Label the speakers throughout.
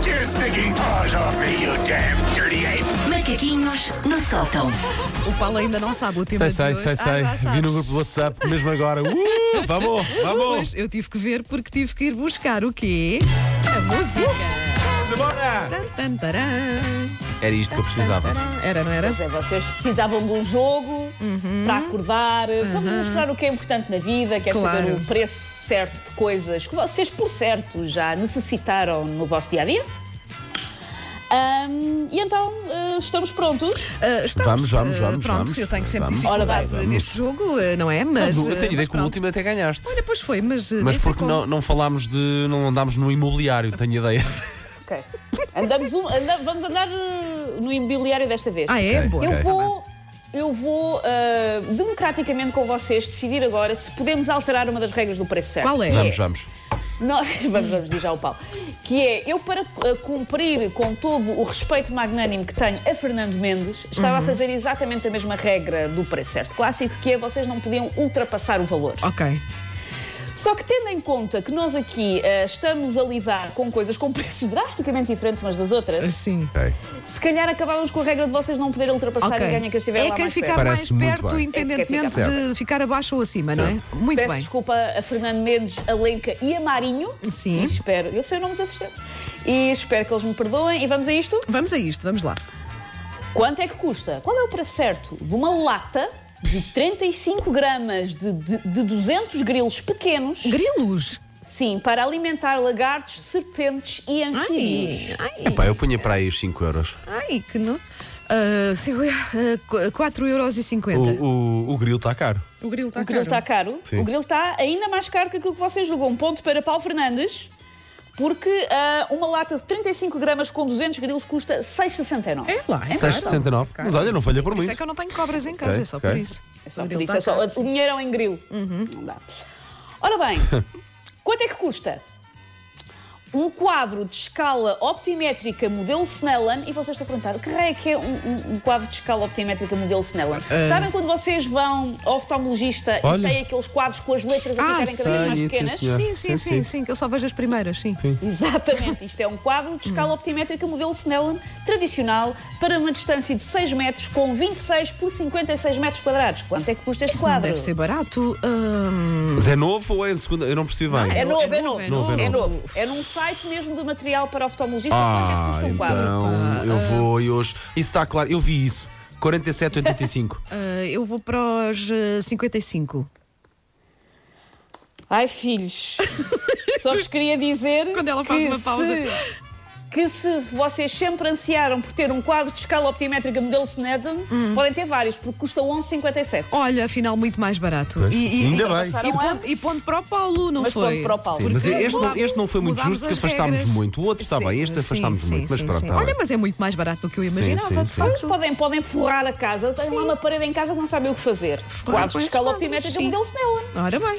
Speaker 1: taking paws off me, you damn dirty ape!
Speaker 2: Macaquinhos no sótão.
Speaker 3: O Paulo ainda não sabe o tema
Speaker 4: Sei,
Speaker 3: de
Speaker 4: sei,
Speaker 3: hoje. Ah,
Speaker 4: sei, sei.
Speaker 3: já
Speaker 4: Vi
Speaker 3: sabes.
Speaker 4: no grupo do WhatsApp mesmo agora. Uh, vamos, vamos!
Speaker 3: Pois, eu tive que ver porque tive que ir buscar o quê? A música.
Speaker 4: Bora!
Speaker 3: Tan, tan, taran.
Speaker 4: Era isto que eu precisava.
Speaker 3: Era, não era?
Speaker 5: Pois é, vocês precisavam de um jogo para acordar, para vos mostrar o que é importante na vida, quer saber
Speaker 3: Uhum. Claro.
Speaker 5: o preço certo de coisas que vocês, por certo, já necessitaram no vosso dia a dia. e então, ah, estamos prontos.
Speaker 3: Ah, estamos,
Speaker 4: Vamos, vamos,
Speaker 3: ah,
Speaker 4: vamos,
Speaker 3: Pronto,
Speaker 4: vamos.
Speaker 3: eu tenho sempre
Speaker 4: Vamos.
Speaker 3: dificuldade
Speaker 5: Ora
Speaker 4: bem,
Speaker 3: neste jogo, ah, não é? Mas.
Speaker 4: eu
Speaker 3: ah,
Speaker 4: tenho
Speaker 3: mas
Speaker 4: ideia que no
Speaker 3: pronto.
Speaker 4: último até ganhaste.
Speaker 3: Olha, pois foi, mas. ah, nem
Speaker 4: Mas
Speaker 3: sei
Speaker 4: porque
Speaker 3: como.
Speaker 4: não, não falámos de. não andámos no imobiliário, tenho ideia.
Speaker 5: Ok. Andamos um- anda- vamos andar ah, no imobiliário desta vez.
Speaker 3: Ah, é?
Speaker 4: Ok,
Speaker 3: Boa.
Speaker 4: ok.
Speaker 5: Eu vou, eu vou ah, democraticamente com vocês decidir agora se podemos alterar uma das regras do preço certo.
Speaker 3: Qual é?
Speaker 4: Vamos, vamos.
Speaker 5: Nós, vamos, vamos dizer já ao Paulo. Que é, eu para uh, cumprir com todo o respeito magnânimo que tenho a Fernando Mendes, estava a
Speaker 3: Uhum.
Speaker 5: fazer exatamente a mesma regra do preço certo clássico, que é vocês não podiam ultrapassar o valor.
Speaker 3: Ok.
Speaker 5: Só que tendo em conta que nós aqui uh, estamos a lidar com coisas com preços drasticamente diferentes umas das outras,
Speaker 3: Assim.
Speaker 5: se calhar acabávamos com a regra de vocês não poderem ultrapassar
Speaker 3: Ok.
Speaker 5: e ganha quem estiver
Speaker 3: É
Speaker 5: lá
Speaker 3: quem
Speaker 5: mais perto.
Speaker 3: ficar
Speaker 4: Parece
Speaker 3: mais
Speaker 4: muito
Speaker 3: perto,
Speaker 4: bem.
Speaker 5: É
Speaker 3: independentemente
Speaker 5: quem
Speaker 4: ficar-
Speaker 3: de ficar abaixo ou acima, não
Speaker 4: Certo.
Speaker 3: é? Muito
Speaker 5: Peço
Speaker 3: bem.
Speaker 5: desculpa a Fernando Mendes, a Lenca e a Marinho.
Speaker 3: Sim.
Speaker 5: E espero, eu sei o nome dos assistentes. E espero que eles me perdoem. E vamos a isto?
Speaker 3: Vamos a isto, vamos lá.
Speaker 5: Quanto é que custa? Qual é o preço certo de uma lata de 35 gramas de, de, de 200 grilos pequenos?
Speaker 3: Grilos.
Speaker 5: Sim, para alimentar lagartos, serpentes e anfíbios.
Speaker 3: Ai, ai.
Speaker 4: Epá, eu punha para aí os 5 euros.
Speaker 3: Ai, que Ah, não. 4,50 ah, euros. E
Speaker 4: O,
Speaker 3: 50.
Speaker 4: o, o grilo tá está caro.
Speaker 3: O, grilo está
Speaker 5: O grilo está caro.
Speaker 4: Sim.
Speaker 5: O grilo está ainda mais caro que aquilo que vocês julgam. Um ponto para Paulo Fernandes, porque ah, uma lata de 35 gramas com 200 grilos custa 6,69.
Speaker 3: É lá, é
Speaker 4: 6,69.
Speaker 3: caro.
Speaker 4: Mas olha, não falha por
Speaker 3: Por isso
Speaker 4: muito.
Speaker 3: é que eu não tenho cobras em casa,
Speaker 4: Ok,
Speaker 3: é só
Speaker 4: ok.
Speaker 3: por isso.
Speaker 5: É só
Speaker 3: O
Speaker 5: por
Speaker 3: grilo
Speaker 5: isso,
Speaker 3: tá
Speaker 5: é só,
Speaker 3: caro,
Speaker 5: o
Speaker 3: sim.
Speaker 5: dinheiro é um grilo. Não dá. Ora bem, quanto é que custa? Um quadro de escala optimétrica modelo Snellen, e vocês estão a perguntar, que raio é que é um, um- um quadro de escala optimétrica modelo Snellen? Sabem quando vocês vão ao oftalmologista
Speaker 4: Olha.
Speaker 5: e têm aqueles quadros com as letras a
Speaker 3: Ah,
Speaker 5: ficarem cada vez mais
Speaker 4: sim.
Speaker 5: pequenas?
Speaker 4: Sim,
Speaker 3: Sim, sim, sim,
Speaker 4: sim, sim.
Speaker 3: sim, que eu só vejo as primeiras, sim.
Speaker 5: Exatamente, isto é um quadro de escala optimétrica modelo Snellen tradicional para uma distância de 6 metros com 26 por 56 metros quadrados. Quanto é que custa este
Speaker 3: Não
Speaker 5: quadro?
Speaker 3: deve ser barato. Hum,
Speaker 4: Mas é novo ou é em segunda? Eu não percebi bem.
Speaker 5: É novo, é novo.
Speaker 3: novo,
Speaker 5: É
Speaker 3: é
Speaker 5: novo,
Speaker 4: novo.
Speaker 5: É num site mesmo de material para oftalmologista.
Speaker 4: Ah,
Speaker 5: quanto é que custa um quadro?
Speaker 4: então eu
Speaker 3: Ah.
Speaker 4: vou e hoje. Isso está claro, eu vi isso. 47,85.
Speaker 3: ah, eu vou para os ah, 55.
Speaker 5: Ai, filhos. Só vos queria dizer.
Speaker 3: Quando ela faz
Speaker 5: que
Speaker 3: uma pausa.
Speaker 5: se- que se vocês sempre ansiaram por ter um quadro de escala optimétrica modelo Snedden,
Speaker 3: Hum.
Speaker 5: podem ter vários, porque custa 11,57.
Speaker 3: Olha, afinal, muito mais barato.
Speaker 4: Pois, ainda
Speaker 3: e-
Speaker 4: bem.
Speaker 5: Passaram
Speaker 3: E ponto,
Speaker 5: anos.
Speaker 3: e ponto para o Paulo, não
Speaker 5: é? Mas
Speaker 3: foi?
Speaker 5: ponto para o Paulo.
Speaker 4: Sim, mas
Speaker 3: Porque
Speaker 4: este, não,
Speaker 3: muda-
Speaker 4: este não foi muito
Speaker 3: mudámos
Speaker 4: justo, que
Speaker 3: as
Speaker 4: afastámos
Speaker 3: regras.
Speaker 4: muito. O outro está
Speaker 3: Sim,
Speaker 4: bem, este afastámos
Speaker 3: sim,
Speaker 4: muito. mas
Speaker 3: sim,
Speaker 4: pronto,
Speaker 3: sim.
Speaker 4: está
Speaker 3: Olha,
Speaker 4: bem.
Speaker 3: mas é muito mais barato do que eu imaginava,
Speaker 4: sim,
Speaker 3: de
Speaker 4: sim.
Speaker 3: facto.
Speaker 5: Podem, podem forrar a casa, têm lá uma parede em casa que não sabem o que fazer.
Speaker 3: Forrar
Speaker 5: Quadros
Speaker 3: com
Speaker 5: de
Speaker 3: esses
Speaker 5: escala
Speaker 3: quadros,
Speaker 5: optimétrica
Speaker 3: sim.
Speaker 5: modelo Snedden.
Speaker 3: Ora bem.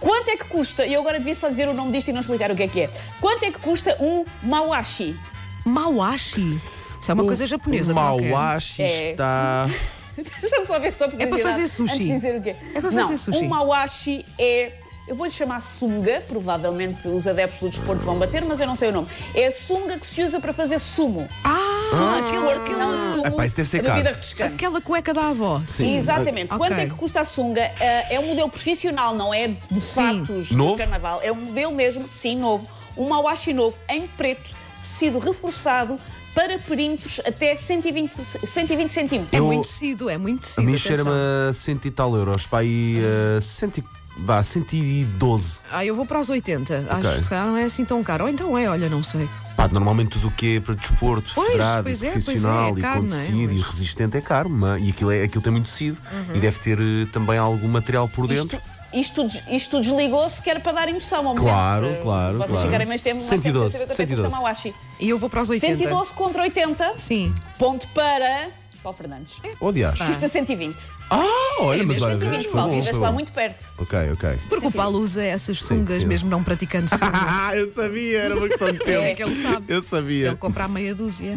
Speaker 5: Quanto é que custa? E eu agora devia só dizer o nome disto e não explicar o que é que é. Quanto é que custa um Mawashi?
Speaker 3: Mawashi. Isso é uma coisa japonesa,
Speaker 4: O
Speaker 3: qualquer.
Speaker 4: Mauashi
Speaker 5: É.
Speaker 4: está.
Speaker 5: Deixa-me só ver só por
Speaker 3: É para
Speaker 5: curiosidade,
Speaker 3: fazer sushi.
Speaker 5: Antes de dizer o quê.
Speaker 3: É para
Speaker 5: não,
Speaker 3: fazer sushi.
Speaker 5: O mawashi é. Eu vou-lhe chamar sunga, provavelmente os adeptos do desporto vão bater, mas eu não sei o nome. É a sunga que se usa para fazer sumo.
Speaker 3: Ah, aquele, aquele-
Speaker 5: Não, sumo,
Speaker 4: Epá, isso deve ser
Speaker 5: a bebida
Speaker 4: caro.
Speaker 5: refrescante.
Speaker 3: aquela cueca da avó.
Speaker 4: Sim,
Speaker 5: Exatamente.
Speaker 3: ok.
Speaker 5: Quanto é que custa a sunga? Ah, É um modelo profissional, não é de
Speaker 3: Sim.
Speaker 5: fatos
Speaker 4: Novo?
Speaker 5: do carnaval. É um modelo mesmo, sim, novo. Um mawashi novo, em preto, tecido reforçado, para perintos até 120, 120 centímetros.
Speaker 3: É
Speaker 4: Eu-
Speaker 3: muito tecido, é muito
Speaker 4: A
Speaker 3: tecido.
Speaker 4: mim
Speaker 3: atenção.
Speaker 4: cheira-me a cento e tal euros. Para aí. eh, cento e- Vá, 112.
Speaker 3: Ah, eu vou para os 80. Acho que se calhar não é assim tão caro. Ou então é, olha, não sei.
Speaker 4: Pá, normalmente tudo o que é para desporto,
Speaker 3: Pois,
Speaker 4: federado,
Speaker 3: pois
Speaker 4: e
Speaker 3: é, pois é,
Speaker 4: profissional,
Speaker 3: é caro,
Speaker 4: e com
Speaker 3: não é?
Speaker 4: tecido, e
Speaker 3: Mas-
Speaker 4: resistente é caro. mas- E aquilo, é, aquilo tem muito tecido.
Speaker 3: Uhum.
Speaker 4: E deve ter eh, também algum material por dentro.
Speaker 5: Isto, isto, des- isto desligou-se que era para dar emoção ao
Speaker 4: Claro,
Speaker 5: momento. para
Speaker 4: claro,
Speaker 5: Vocês
Speaker 4: claro.
Speaker 5: chegarem mais tempo, mais
Speaker 4: 112,
Speaker 5: tempo, 112. 112.
Speaker 3: E eu vou para os 80.
Speaker 5: 112 contra 80.
Speaker 3: Sim.
Speaker 5: Ponto para Paulo Fernandes.
Speaker 3: é
Speaker 4: Odias.
Speaker 5: Custa 120.
Speaker 4: Ah, Oh, olha, mas
Speaker 3: mesmo
Speaker 4: olha,
Speaker 5: 120,
Speaker 4: foi bom,
Speaker 5: Paulo.
Speaker 3: é
Speaker 5: Estiveste
Speaker 4: foi
Speaker 5: lá
Speaker 4: bom.
Speaker 5: muito perto.
Speaker 4: Ok, ok.
Speaker 3: Porque o Paulo usa essas sungas,
Speaker 4: sim.
Speaker 3: mesmo não praticando sunga.
Speaker 4: Ah, eu sabia, era uma questão de
Speaker 3: É que ele sabe.
Speaker 4: Eu sabia.
Speaker 3: Ele compra a meia dúzia.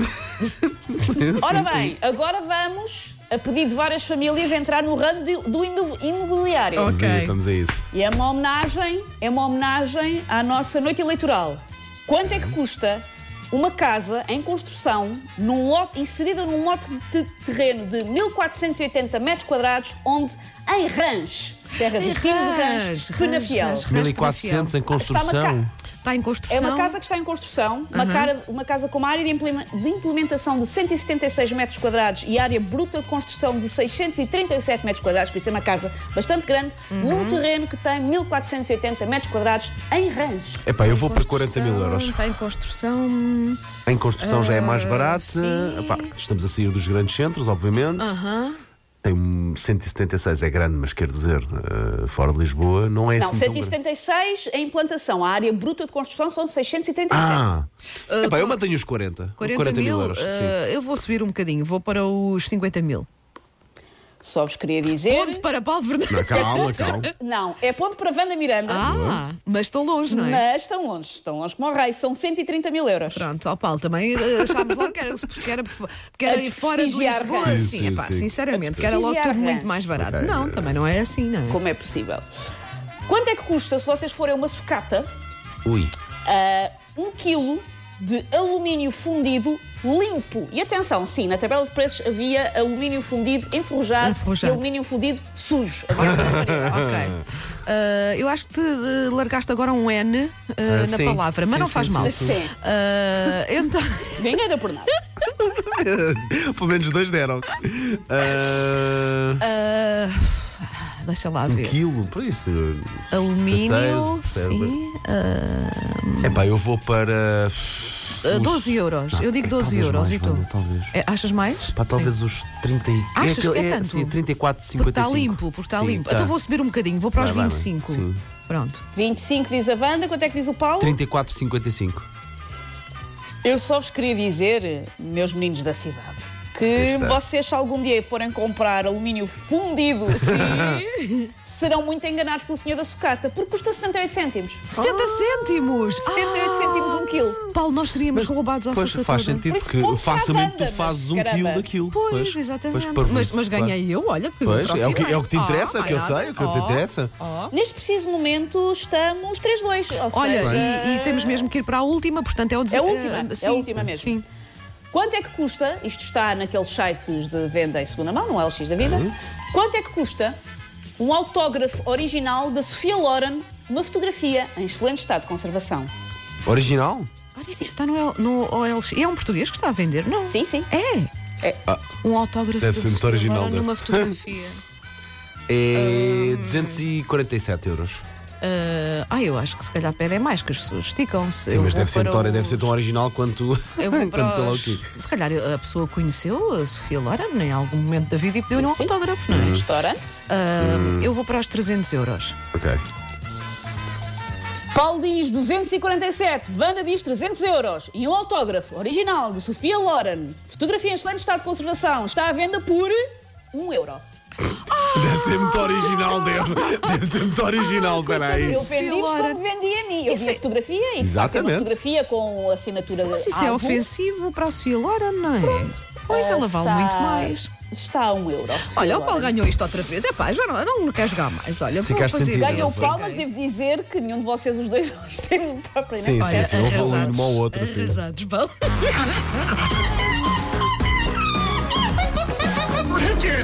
Speaker 5: Ora bem, agora vamos, a pedido de várias famílias, entrar no ramo de- do imo- imobiliário.
Speaker 4: Vamos
Speaker 3: Ok.
Speaker 4: a isso, vamos a isso.
Speaker 5: E é uma homenagem, é uma homenagem à nossa noite eleitoral. Quanto é que custa Uma casa em construção, num lote, inserida num lote de te- terreno de 1480 metros quadrados, onde em Rãs, terra do Tino de Rãs,
Speaker 3: Rãs,
Speaker 5: Penafiel.
Speaker 3: Rãs, Rãs.
Speaker 4: 1400 em
Speaker 5: Está uma ca-
Speaker 4: construção.
Speaker 3: Está em construção.
Speaker 5: É uma casa que está em construção, uma,
Speaker 3: Uhum.
Speaker 5: cara- uma casa com uma área de, implema- de implementação de 176 metros quadrados e área bruta de construção de 637 metros quadrados, por isso é uma casa bastante grande,
Speaker 3: Uhum.
Speaker 5: num terreno que tem 1480 metros quadrados em Rãs.
Speaker 4: Epá, eu vou para
Speaker 3: Construção,
Speaker 4: 40 mil euros.
Speaker 3: Está em construção.
Speaker 4: Em construção já é mais
Speaker 3: Ah,
Speaker 4: barato.
Speaker 3: sim.
Speaker 4: Epá, estamos a sair dos grandes centros, obviamente. Tem um 176, é grande, mas quer dizer, eh, fora de Lisboa, não é
Speaker 5: Não,
Speaker 4: assim tão grande.
Speaker 5: 176 a implantação, a área bruta de construção são 637.
Speaker 4: Ah! Epá, eu
Speaker 3: com-
Speaker 4: mantenho os 40.
Speaker 3: 40,
Speaker 4: 40
Speaker 3: mil,
Speaker 4: mil euros. sim.
Speaker 3: eh, eu vou subir um bocadinho, vou para os 50 mil.
Speaker 5: Só vos queria dizer.
Speaker 3: Ponto para Paulo Fernandes.
Speaker 4: Não, calma, calma.
Speaker 5: Não, é ponto para Vanda Miranda.
Speaker 3: Ah, mas estão longe, não é?
Speaker 5: Mas estão longe, estão longe como o rei, são 130 mil euros.
Speaker 3: Pronto, ao Paulo também eh, achámos logo que era, porque era, porque era
Speaker 5: A
Speaker 3: ir fora de
Speaker 5: desprestigiar
Speaker 3: Lisboa.
Speaker 5: Rãs.
Speaker 4: Sim,
Speaker 3: Sim,
Speaker 4: sim,
Speaker 3: epá,
Speaker 4: sim.
Speaker 3: sinceramente, que era logo
Speaker 5: desprestigiar
Speaker 3: tudo muito
Speaker 5: Rãs.
Speaker 3: mais barato.
Speaker 4: Ok.
Speaker 3: Não, também não é assim, não é?
Speaker 5: Como é possível? Quanto é que custa se vocês forem uma sucata?
Speaker 4: Ui.
Speaker 5: a 1 kg um de alumínio fundido limpo. E atenção, sim, na tabela de preços havia alumínio fundido enferrujado,
Speaker 3: Enferrujado.
Speaker 5: e alumínio fundido sujo. Havia esta variedade.
Speaker 3: Ok.
Speaker 4: Ah.
Speaker 3: Eh, eu acho que te eh, largaste agora um N eh,
Speaker 4: Ah,
Speaker 3: na
Speaker 4: sim.
Speaker 3: palavra, mas
Speaker 4: Sim,
Speaker 3: não
Speaker 4: sim,
Speaker 3: faz
Speaker 4: sim,
Speaker 3: mal.
Speaker 5: sim.
Speaker 3: Eh, então,
Speaker 5: Ninguém deu por nada.
Speaker 4: Pelo menos dois deram. Ah,
Speaker 3: eh, deixa lá
Speaker 4: um
Speaker 3: ver.
Speaker 4: quilo, por isso.
Speaker 3: Alumínio,
Speaker 4: Certeza,
Speaker 3: sim.
Speaker 4: Epá, eu vou para.
Speaker 3: eh,
Speaker 4: os-
Speaker 3: 12 euros.
Speaker 4: Não, é
Speaker 3: Eu digo 12
Speaker 4: talvez
Speaker 3: euros.
Speaker 4: mais,
Speaker 3: e tu?
Speaker 4: Wanda, talvez.
Speaker 3: Eh, achas mais?
Speaker 4: Pá,
Speaker 3: Sim.
Speaker 4: talvez os 30 e...
Speaker 3: Achas que é
Speaker 4: aquele-
Speaker 3: tanto?
Speaker 4: sim, 34, 55.
Speaker 3: Porque está limpo, porque está
Speaker 4: Sim,
Speaker 3: limpo.
Speaker 4: tá.
Speaker 3: Então vou subir um bocadinho, vou para os
Speaker 4: Vai, vai, vai.
Speaker 3: 25.
Speaker 4: Sim.
Speaker 3: Pronto.
Speaker 5: 25 diz a Wanda, quanto é que diz o Paulo?
Speaker 4: 34, 55.
Speaker 5: Eu só vos queria dizer, meus meninos da cidade,
Speaker 4: Aí
Speaker 5: que
Speaker 4: está.
Speaker 5: vocês, se algum dia forem comprar alumínio fundido, serão muito enganados pelo senhor da sucata, porque custa 78 cêntimos.
Speaker 3: 70 cêntimos!
Speaker 5: 78 cêntimos um quilo.
Speaker 3: Ah, Paulo, nós seríamos roubados à
Speaker 4: Pois
Speaker 3: força
Speaker 4: faz
Speaker 3: toda.
Speaker 4: sentido
Speaker 5: Por isso
Speaker 4: que
Speaker 5: ponto para a
Speaker 4: facilmente
Speaker 5: banda,
Speaker 4: tu fazes
Speaker 5: mas
Speaker 4: um
Speaker 5: caramba.
Speaker 4: quilo daquilo.
Speaker 3: Pois, exatamente.
Speaker 4: pois,
Speaker 3: mas, mas
Speaker 4: claro.
Speaker 3: ganhei eu, olha que
Speaker 4: Pois,
Speaker 3: trouxe
Speaker 4: é o que,
Speaker 3: bem.
Speaker 4: é o que te interessa,
Speaker 3: Ah,
Speaker 4: que eu
Speaker 3: olha.
Speaker 4: sei, é o que te
Speaker 3: Oh,
Speaker 4: interessa.
Speaker 3: oh.
Speaker 5: Neste preciso momento estamos 3-2. ou
Speaker 3: Olha,
Speaker 5: seja,
Speaker 3: e, e temos mesmo que ir para a última, portanto é o
Speaker 5: É a
Speaker 3: dese-
Speaker 5: última,
Speaker 3: eh,
Speaker 5: é a
Speaker 3: sim,
Speaker 5: última mesmo.
Speaker 3: Sim.
Speaker 5: Quanto é que custa? Isto está naqueles sites de venda em segunda mão, no LX da vida.
Speaker 3: Uhum.
Speaker 5: Quanto é que custa um autógrafo original da Sofia Loren, uma fotografia em excelente estado de conservação?
Speaker 3: oh.
Speaker 4: Original?
Speaker 3: Olha, isto está no, L- no OLX. E é um português que está a vender, não?
Speaker 5: Sim, sim.
Speaker 3: É.
Speaker 5: É.
Speaker 3: Um autógrafo
Speaker 4: Ah, Deve
Speaker 3: da
Speaker 4: ser muito
Speaker 3: Sofia
Speaker 4: original,
Speaker 3: Loren
Speaker 4: deve.
Speaker 3: numa fotografia.
Speaker 4: É 247 euros.
Speaker 3: Ah, ah, eu acho que se calhar pedem mais, que as pessoas esticam-se.
Speaker 4: Sim,
Speaker 3: Eu
Speaker 4: mas
Speaker 3: vou
Speaker 4: deve ser,
Speaker 3: para
Speaker 4: tão, deve
Speaker 3: os-
Speaker 4: ser tão original quanto.
Speaker 3: Eu vou para
Speaker 4: quanto sei lá o
Speaker 3: os...
Speaker 4: quê.
Speaker 3: Se calhar a pessoa conheceu a Sofia Loren em algum momento da vida e pediu-lhe um
Speaker 5: Sim.
Speaker 3: autógrafo, não é?
Speaker 4: Hum.
Speaker 5: Restaurante.
Speaker 3: Ah, Eu vou para os 300 euros.
Speaker 4: Ok.
Speaker 5: Paulo diz 247, Wanda diz 300 euros. E um autógrafo original de Sofia Loren, fotografia em excelente estado de conservação, está à venda por 1 euro.
Speaker 4: Deve ser muito original, deve. Deve ser muito original, peraí.
Speaker 5: Eu
Speaker 3: É Isso.
Speaker 5: vendi-vos
Speaker 3: Filora.
Speaker 5: como vendi a mim. Eu
Speaker 3: Isso
Speaker 5: vi a
Speaker 3: é-
Speaker 5: fotografia e de facto, é uma
Speaker 4: Exatamente.
Speaker 5: fotografia com assinatura
Speaker 3: Mas isso é
Speaker 5: alvo.
Speaker 3: ofensivo para a Sofia Loren, não é? Pois
Speaker 5: Ah,
Speaker 3: ela vale
Speaker 5: está-
Speaker 3: muito mais.
Speaker 5: Está a um euro. Sofia
Speaker 3: Olha, o Paulo
Speaker 5: Loren.
Speaker 3: ganhou isto outra vez. É pá, já não, não quer jogar mais. Olha,
Speaker 4: Se
Speaker 3: vou
Speaker 4: queres
Speaker 3: fazer.
Speaker 4: sentir,
Speaker 5: Ganhou
Speaker 4: Não,
Speaker 5: o Paulo, mas devo dizer que nenhum de vocês os dois hoje teve o próprio,
Speaker 4: Sim,
Speaker 5: né?
Speaker 4: sim, sim. um Houve ali
Speaker 3: arrasados,
Speaker 4: uma ou outra. sim.
Speaker 3: Arrasados, Paulo.
Speaker 1: Take your